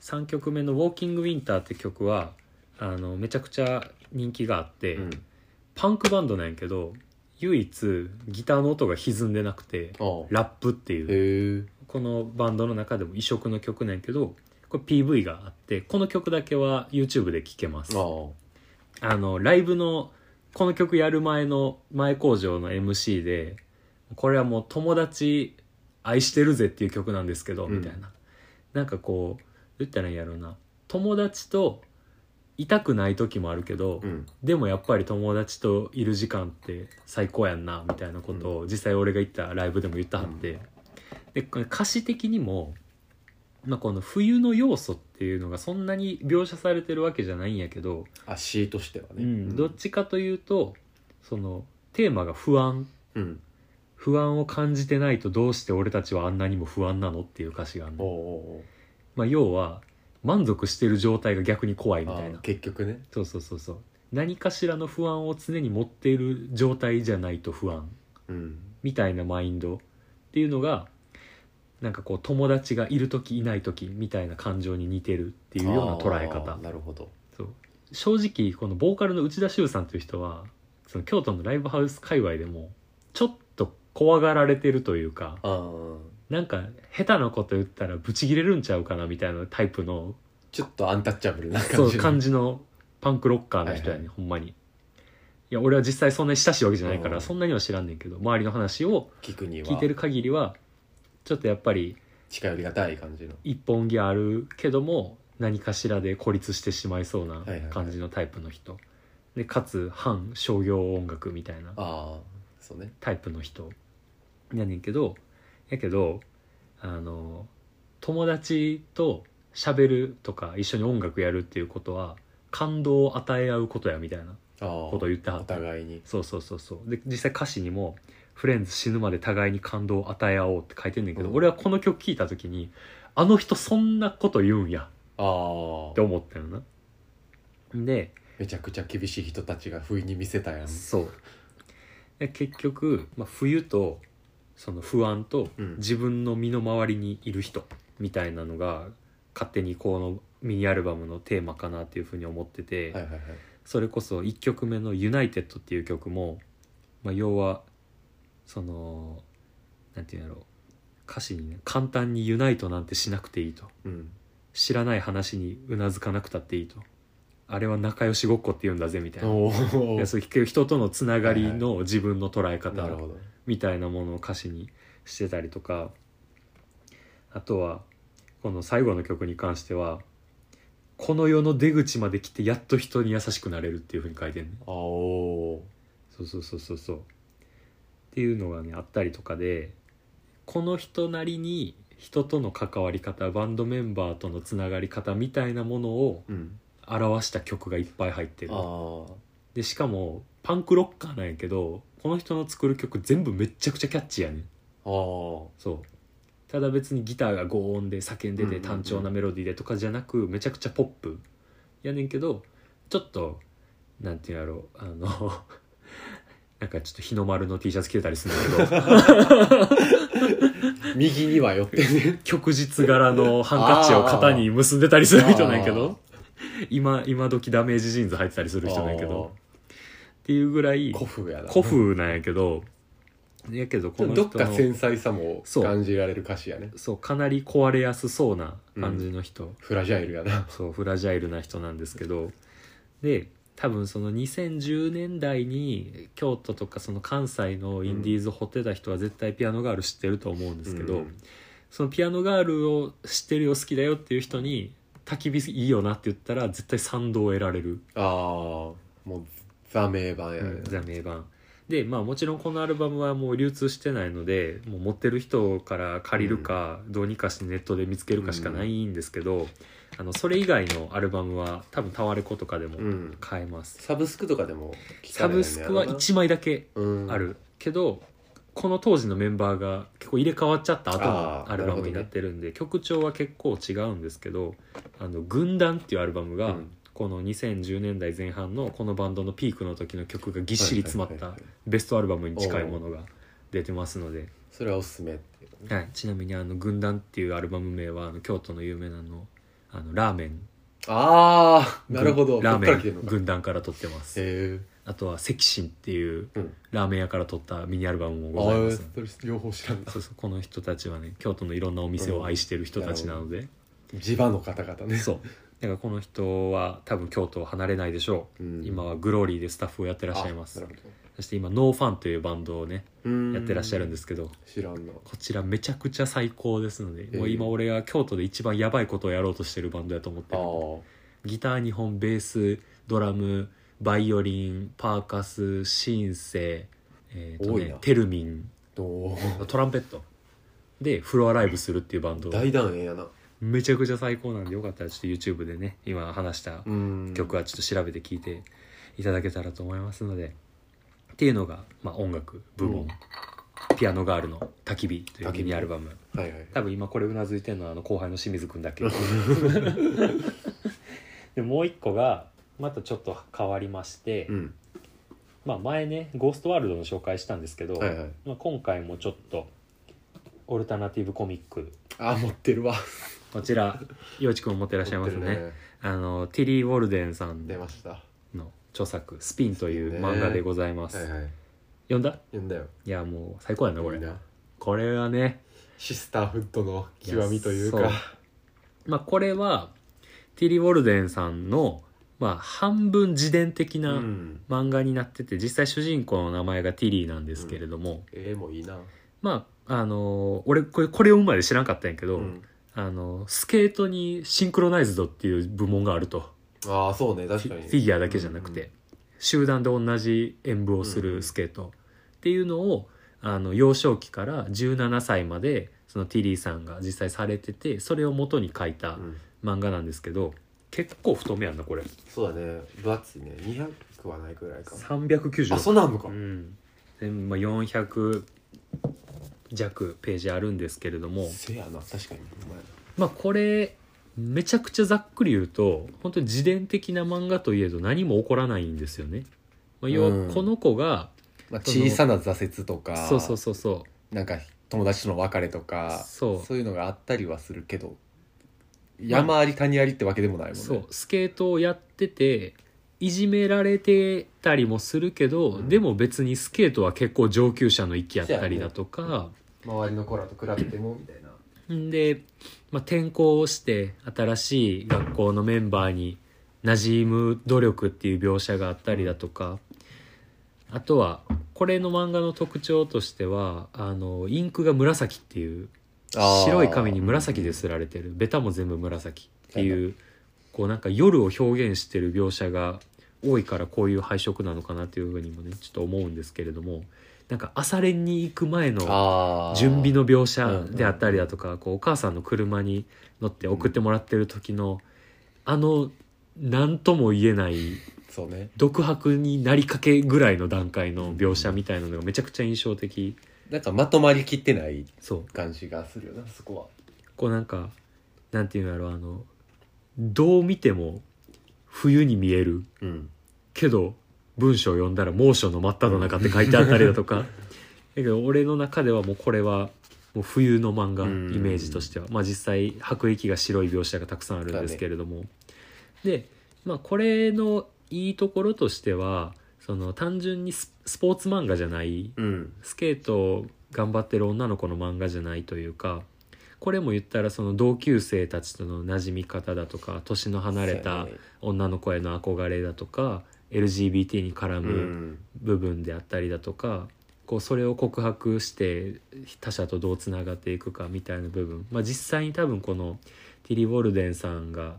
3曲目の「ウォーキング・ウィンター」って曲はあのめちゃくちゃ人気があって、うんパンクバンドなんやけど唯一ギターの音が歪んでなくておうラップっていうへえこのバンドの中でも異色の曲なんやけどこれ PV があってこの曲だけは YouTube で聴けますあああのライブのこの曲やる前の前工場の MC でこれはもう友達愛してるぜっていう曲なんですけど、うんみたいななんかこう言ったらいいんやろうな友達といたくない時もあるけど、うんでもやっぱり友達といる時間って最高やんなみたいなことを実際俺が行ったライブでも言ったはって、でこれ歌詞的にも、まあ、この冬の要素っていうのがそんなに描写されてるわけじゃないんやけど、あ詩としてはうねん、どっちかというとそのテーマが不安うん不安を感じてないとどうして俺たちはあんなにも不安なのっていう歌詞がある、おうおうまあ、要は満足してる状態が逆に怖いおうみあたいーな結局ねそうそうそうそう何かしらの不安を常に持っている状態じゃないと不安うんみたいなマインドっていうのがなんかこう友達がいる時いない時みたいな感情に似てるっていうような捉えあ方ーなるほどそう正直このボーカルの内田修さんという人はその京都のライブハウス界隈でもちょっと怖がられてるというかああなんか下手なこと言ったらブチギレるんちゃうかなみたいなタイプのちょっとアンタッチャブルなそ感うじの感じのパンクロッカーの人やね、はいはほんまにいや俺は実際そんなに親しいわけじゃないかうらんそんなには知らんねんけど周りの話を聞くには聞いてる限りはちょっとやっぱり近寄りがたい感じの一本気あるけども何かしらで孤立してしまいそうないはいはい感じのタイプの人、でかつ反商業音楽みたいなああそうねタイプの人やねんけどやけどあの友達と喋るとか一緒に音楽やるっていうことは感動を与え合うことやみたいなああことを言ってはおった互いにそうそうそうそうで実際歌詞にも「フレンズ死ぬまで互いに感動を与え合おう」って書いてんねんけど、うん俺はこの曲聴いた時にあの人そんなこと言うんやああって思ったよなでめちゃくちゃ厳しい人たちが不意に見せたやんそうで結局、まあ、冬とその不安とうん自分の身の回りにいる人みたいなのが勝手にこのミニアルバムのテーマかなっていうふうに思ってて、はいはいはいそれこそ1曲目の「ユナイテッド」っていう曲も、まあ、要はそのなんていうんだろう歌詞にね簡単に「ユナイトなんてしなくていい」とうん「知らない話にうなずかなくたっていい」と「あれは仲良しごっこって言うんだぜ」みたいなおいおやそういう人とのつながりの自分の捉えなる方ほどみたいなものを歌詞にしてたりとかあとはこの最後の曲に関しては「この世の出口まで来てやっと人に優しくなれる」っていうふうに書いてるねああおそうそうそうそうそうっていうのがねあったりとかでこの人なりに人との関わり方バンドメンバーとのつながり方みたいなものをーうん表した曲がいっぱい入ってるああでしかもパンクロッカーなんやけどこの人の作る曲全部めっちゃくちゃキャッチーやねんああそうただ別にギターが強音で叫んでうんうんてうん単調なメロディーでとかじゃなくめちゃくちゃポップやねんけどちょっとなんていうんやろうあの なんかちょっと日の丸の T シャツ着てたりするん だけど右には寄ってね旭日柄のハンカチを肩に結んでたりする人なんやけど今今時ダメージジーンズ履いてたりする人なんやけどっていうぐらい古風やな古風なんやけどやけどこの人どのっか繊細さも感じられる歌詞やねそうかなり壊れやすそうな感じの人、フラジャイル やなそうフラジャイルな人なんですけどで多分その2010年代に京都とかその関西のインディーズを掘ってた人は絶対ピアノガール知ってると思うんですけど、うんそのピアノガールを知ってるよ好きだよっていう人に焚き火いいよなって言ったら絶対賛同を得られる、ああもうザ名盤やね、ザ名盤でまあもちろんこのアルバムはもう流通してないのでもう持ってる人から借りるか、どうにかしてネットで見つけるかしかないんですけど、あのそれ以外のアルバムは多分タワレコとかでもうん買えます、サブスクとかでも聞サかれへんブねスやクろなは1枚だけうんある、けどこの当時のメンバーが結構入れ替わっちゃった後あのーアルバムになってるんで曲調は結構違うんですけど「あの軍団」っていうアルバムうが、んこの2010年代前半のこのバンドのピークの時の曲がぎっしり詰まっはいたはいはいベストアルバムに近いものが出てますので、それはおすすめっていうはい、ちなみにあの「軍団」っていうアルバム名はあの京都の有名なあのあのラーメンああなるほどラーメこっから来てんのンか軍団から取ってますへあとは「関心」っていうえうんラーメン屋から取ったミニアルバムもあございまーすそれ両方知らんなそうそうこの人たちはね京都のいろんなお店を愛してる人たちなので、地場の方々ねそうだからこの人は多分京都を離れないでしょうう、ん今はグローリーでスタッフをやっていらっしゃいますなるほそして今ノーファンというバンドをねどうんやってらっしゃるんですけど知らんなこちらめちゃくちゃ最高ですので、えもう今俺が京都で一番やばいことをやろうとしてるバンドやと思ってあるーギター2本ベースドラムバイオリンパーカスシンセえーと多いねなテルミンどうトランペットでフロアライブするっていうバンド大団円やなめちゃくちゃ最高なんでよかったらちょっと YouTube でね今話したうん曲はちょっと調べて聴いていただけたらと思いますのでっていうのが、まあ、音楽部門、ピアノガールの「焚き火」という焚き火ミニアルバムはいはい多分今これうなずいてるのはあの後輩の清水君だけ でもう一個がまたちょっと変わりまして、うんまあ、前ね「ゴーストワールド」の紹介したんですけど、はいはいまあ、今回もちょっとオルタナティブコミックあー持ってるわこちら陽一君持ってらっしゃいます持っねてるあのティリー・ウォルデンさん出ましたはの著作「スピン」というね漫画でございます、いはい読んだ読んだよいやもう最高やなこれいいなこれはねシスターフッドの極みといういやかまあこれはティリー・ウォルデンさんのまあ半分自伝的うなん漫画になってて、実際主人公の名前がティリーなんですけれども、絵もいいなまああの俺これこれをまで知らんかったんやけど、うんあのスケートにシンクロナイズドっていう部門があると。ああそうね確フかィにフィギュアだけじゃなくて、集団で同じ演舞をするスケートっていうのをあの幼少期から17歳までそのティリーさんが実際されててそれを元に書いたうんうん漫画なんですけど結構太めやんなこれそうだね分厚いね200はないくらいか390あそうなんのかうんでまあ、400弱ページあるんですけれどもせやな確かにお前まあこれめちゃくちゃざっくり言うと本当に自伝的な漫画といえど何も起こらないんですよね。まあ、要うんはこの子が、まあ、その小さな挫折とかそうそうそうそうなんか友達との別れとかそういうのがあったりはするけど山あり谷ありってわけでもないもんねそうスケートをやってていじめられてたりもするけど、うんでも別にスケートは結構上級者の域やったりだとそうやか、周りの子らと比べてもみたいな、んで、まあ、転校をして新しい学校のメンバーに馴染む努力っていう描写があったりだとかあとはこれの漫画の特徴としてはあのインクが紫っていうあー白い紙に紫ですられてるベタも全部紫っていうこうなんか夜を表現してる描写が多いからこういう配色なのかなっていうふうにもねちょっと思うんですけれどもなんか朝練に行く前のあー準備の描写であったりだとか、こうお母さんの車に乗って送ってもらってる時の、あの何とも言えないそうね独白になりかけぐらいの段階の描写みたいなのがめちゃくちゃ印象的なんかまとまりきってないそう感じがするよなそここうなんかなんていうんだろうあのどう見ても冬に見えるはうんけど文章を読んだら猛暑の真っ只中って書いてあったりだと かだけど俺の中ではもうこれはもう冬の漫画うんイメージとしては、まあ、実際白域が白い描写がたくさんあるんですけれども、で、まあ、これのいいところとしてはその単純にススポーツ漫画じゃないうんスケートを頑張ってる女の子の漫画じゃないというかこれも言ったらその同級生たちとの馴染み方だとか年の離れたそうやね女の子への憧れだとか LGBT に絡うむん部分であったりだとか、こうそれを告白して他者とどうつながっていくかみたいな部分、まあ、実際に多分このティリ・ウォルデンさんが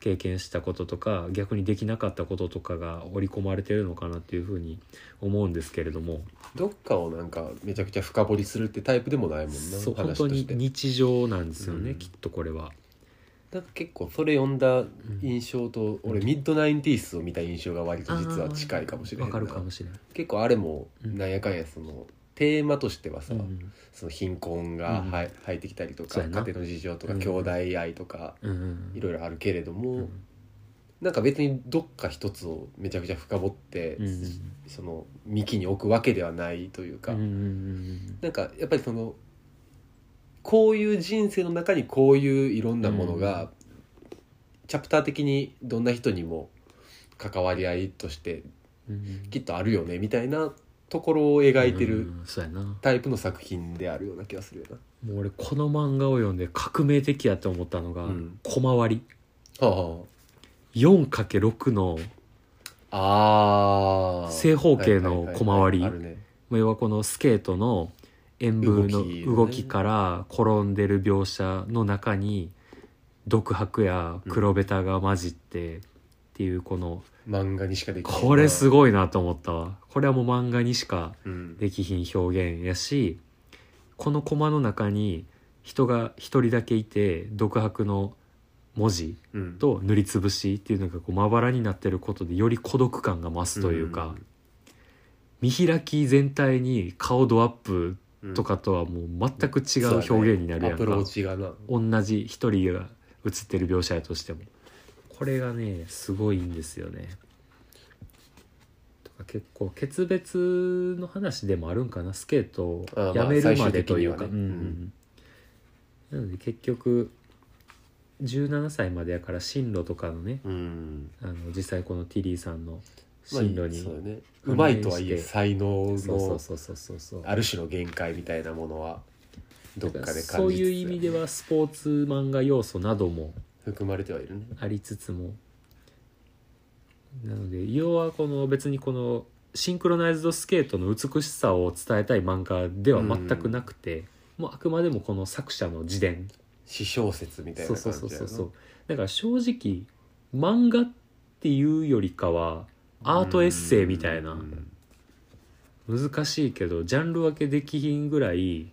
経験したこととか逆にできなかったこととかが織り込まれてるのかなっていうふうに思うんですけれども、どっかをなんかめちゃくちゃ深掘りするってタイプでもないもんなそう本話当としにて日常なんですよね、うんきっとこれは。なんか結構それ読んだ印象と、俺ミッドナインティースを見た印象が割と実は近いかもしれなわいかるかもしれない。結構あれもうんなんやかんやそのテーマとしてはさ、うんその貧困がうんは入ってきたりとそか、うや家な庭の事情とか、うん兄弟愛とかうんうんいろいろあるけれども、うんなんか別にどっか一つをめちゃくちゃ深掘って、うんうんその幹に置くわけではないというか、うんうんうんなんかやっぱりそのこういう人生の中にこういういろんなものが、チャプター的にどんな人にも関わり合いとしてうんうんきっとあるよねみたいなところを描いてうるんそうやなもタイプの作品であるような気がするよな。う俺この漫画を読んで革命的やと思ったのがうん「小回りは」 4×6 のあはあ、あー正方形の小回りはいはいはいはいあるねまあ要はこのスケートの円分の動き動きから転んでる描写の中に独白や黒ベタが混じってっていうこの漫画にしかできないなこれすごいなと思ったわこれはもう漫画にしかうんできひん表現やしこのコマの中に人が一人だけいて独白の文字うんと塗りつぶしっていうのがこうまばらになってることでより孤独感が増すというか、うん見開き全体に顔ドアップうんとかとはもう全く違う表現になるやんか、そうだねアプローチがな同じ一人が写ってる描写やとしてもこれがねすごいんですよねとか結構決別の話でもあるんかなスケートをああやめるまあまでというか、最終的にはねうんうんうんなので結局17歳までやから進路とかのねうんあの実際このティリーさんの進路まあそうだに、ねうまいとはい反え映して才能そうそうのそうそうそうそうある種の限界みたいなものはどっだかからで感じつつそういう意味ではスポーツ漫画要素なども含まれてはいるねありつつもなので要はこの別にこのシンクロナイズドスケートの美しさを伝えたい漫画では全くなくて、もうあくまでもこの作者の自伝私小説みたいそなうそ感うじそうだそうそよなうだから正直漫画っていうよりかはアートエッセイみたいなうん難しいけどジャンル分けできひんぐらい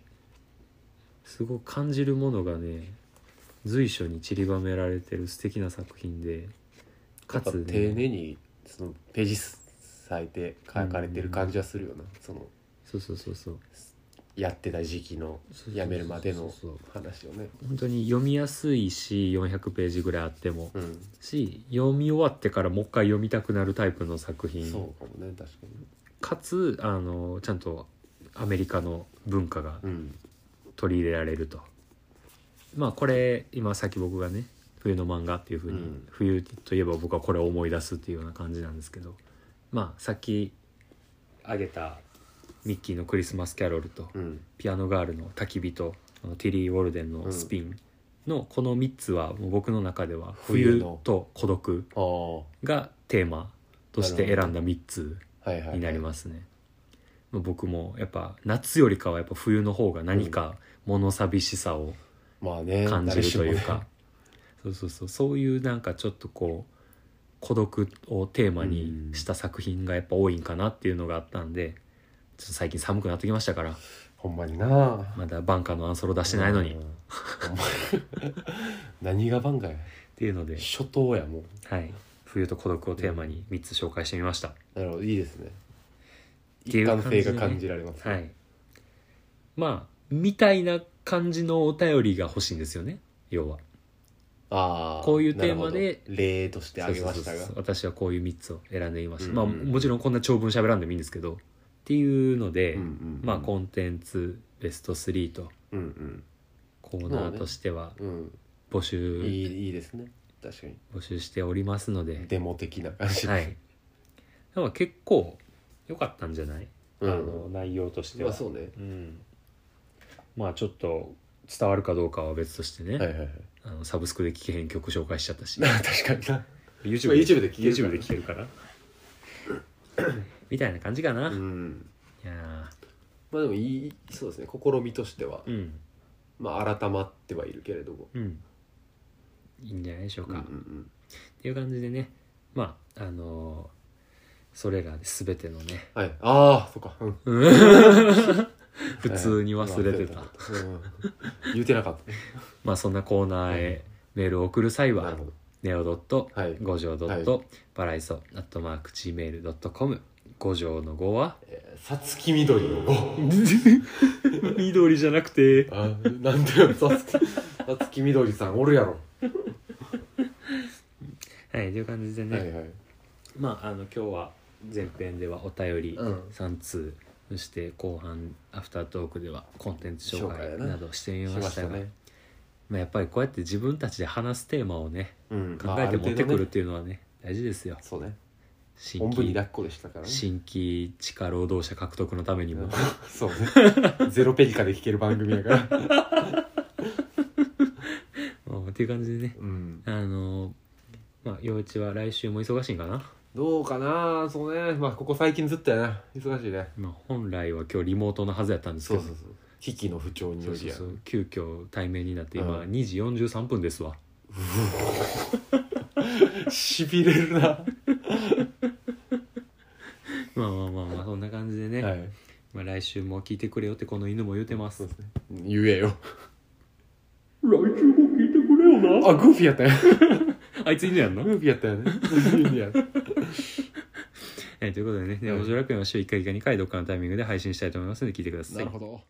すごく感じるものがね随所に散りばめられてる素敵な作品でかつ、やっね、ぱ丁寧にそのページ数割いて書かれてる感じはするよなそのそうそうそうそうやってた時期のそうやめるまでそうのそうそう話をね本当に読みやすいし400ページぐらいあってもうんし読み終わってからもう一回読みたくなるタイプの作品そうかもね確かにかつあのちゃんとアメリカの文化がうん取り入れられるとまあこれ今さっき僕がね冬の漫画っていうふうに、うん冬といえば僕はこれを思い出すっていうような感じなんですけどまあさっき挙げたミッキーのクリスマスキャロルとうんピアノガールの焚き火とあのティリー・ウォルデンのスピンのこの3つはもう僕の中では冬冬のと孤独ああはがテーマとして選んだ3ついはいはいになりますね。まあ僕もやっぱ夏よりかはやっぱ冬の方が何か物寂しさをまあね感じるという誰しもねか、そうそうそうそういうなんかちょっとこう孤独をテーマにした作品がやっぱ多いんかなっていうのがあったんでちょっと最近寒くなってきましたからほんまになまだバンカーのアンソロ出してないのにうっんほんまに何が番外ていうので、初頭やもんはい、冬と孤独をテーマに3つ紹介してみました。なるほどいいですねてい一う感じ貫でね性が感じられますねはい、まあみたいな感じのお便りが欲しいんですよね要はあーこういうテーマでなるほど例として挙げましたそうそうそうが私はこういう3つを選んでいました、うんまあもちろんこんな長文喋らんでもいいんですけどっていうので、うんうんうんまあコンテンツベスト3とうんコーナーとしてはうんうん募集、いいいいですね確かに募集しておりますので、デモ的な感じはい、でも結構良かったんじゃない、うんあの内容としてまは、あそうねうん、まあちょっと伝わるかどうかは別としてね、はいはいはい あのサブスクで聴けへん曲紹介しちゃったし確かにな YouTube まあ YouTube で聴けるから YouTube で聴けるから みたいな感じかな、ういんやまあでもいいそうですね試みとしてはーうんまあ改まってはいるけれどもうんいいんじゃないでしょううんか、うっんていう感じでねまああのーそれら全てのねうんはいああそっかうん普通に忘れてた、はい忘れてたうん言うてなかっまあそんなコーナーへメールを送る際たなはるほどネオドットはい五条ドッはトバライソアットマーク Gmail.com 五条の5は えーさつきみどりの5緑じゃなくてあなんでよさつきさつきみどりさんおるやろはいという感じでね、はいまああの今日は前編ではお便りうん3通、そして後半アフタートークではコンテンツ紹紹介介やななどしてみしままししたたがねまあ、やっぱりこうやって自分たちで話すテーマをねうん考えて持ってくるっまああ程度ねていうのはね大事ですよそうね新おんぶに規抱っこでしたからね新規地下労働者獲得のためにも そうねゼロペリカで聴ける番組やから うんっていう感じでねうんあのーまあ陽一は来週も忙しいんかな、どうかなそうねまあここ最近ずっとやな忙しいねまあ、本来は今日リモートのはずやったんですけどそう機器の不調にそようそりうやそう急遽対面になって今うん2時43分ですわ、 しびれるなはまあまあまあまあそんな感じでね、いまあ、来週も聞いてくれよってこの犬も言うてますそうですね言えよ来週も聞いてくれよあグーフィーやったよあいつ犬やんグの、ーフィーやったよねグーフィーやったえーということでね「はいおじょ楽園」は週1回か2回どっかのタイミングで配信したいと思いますので聞いてくださいほど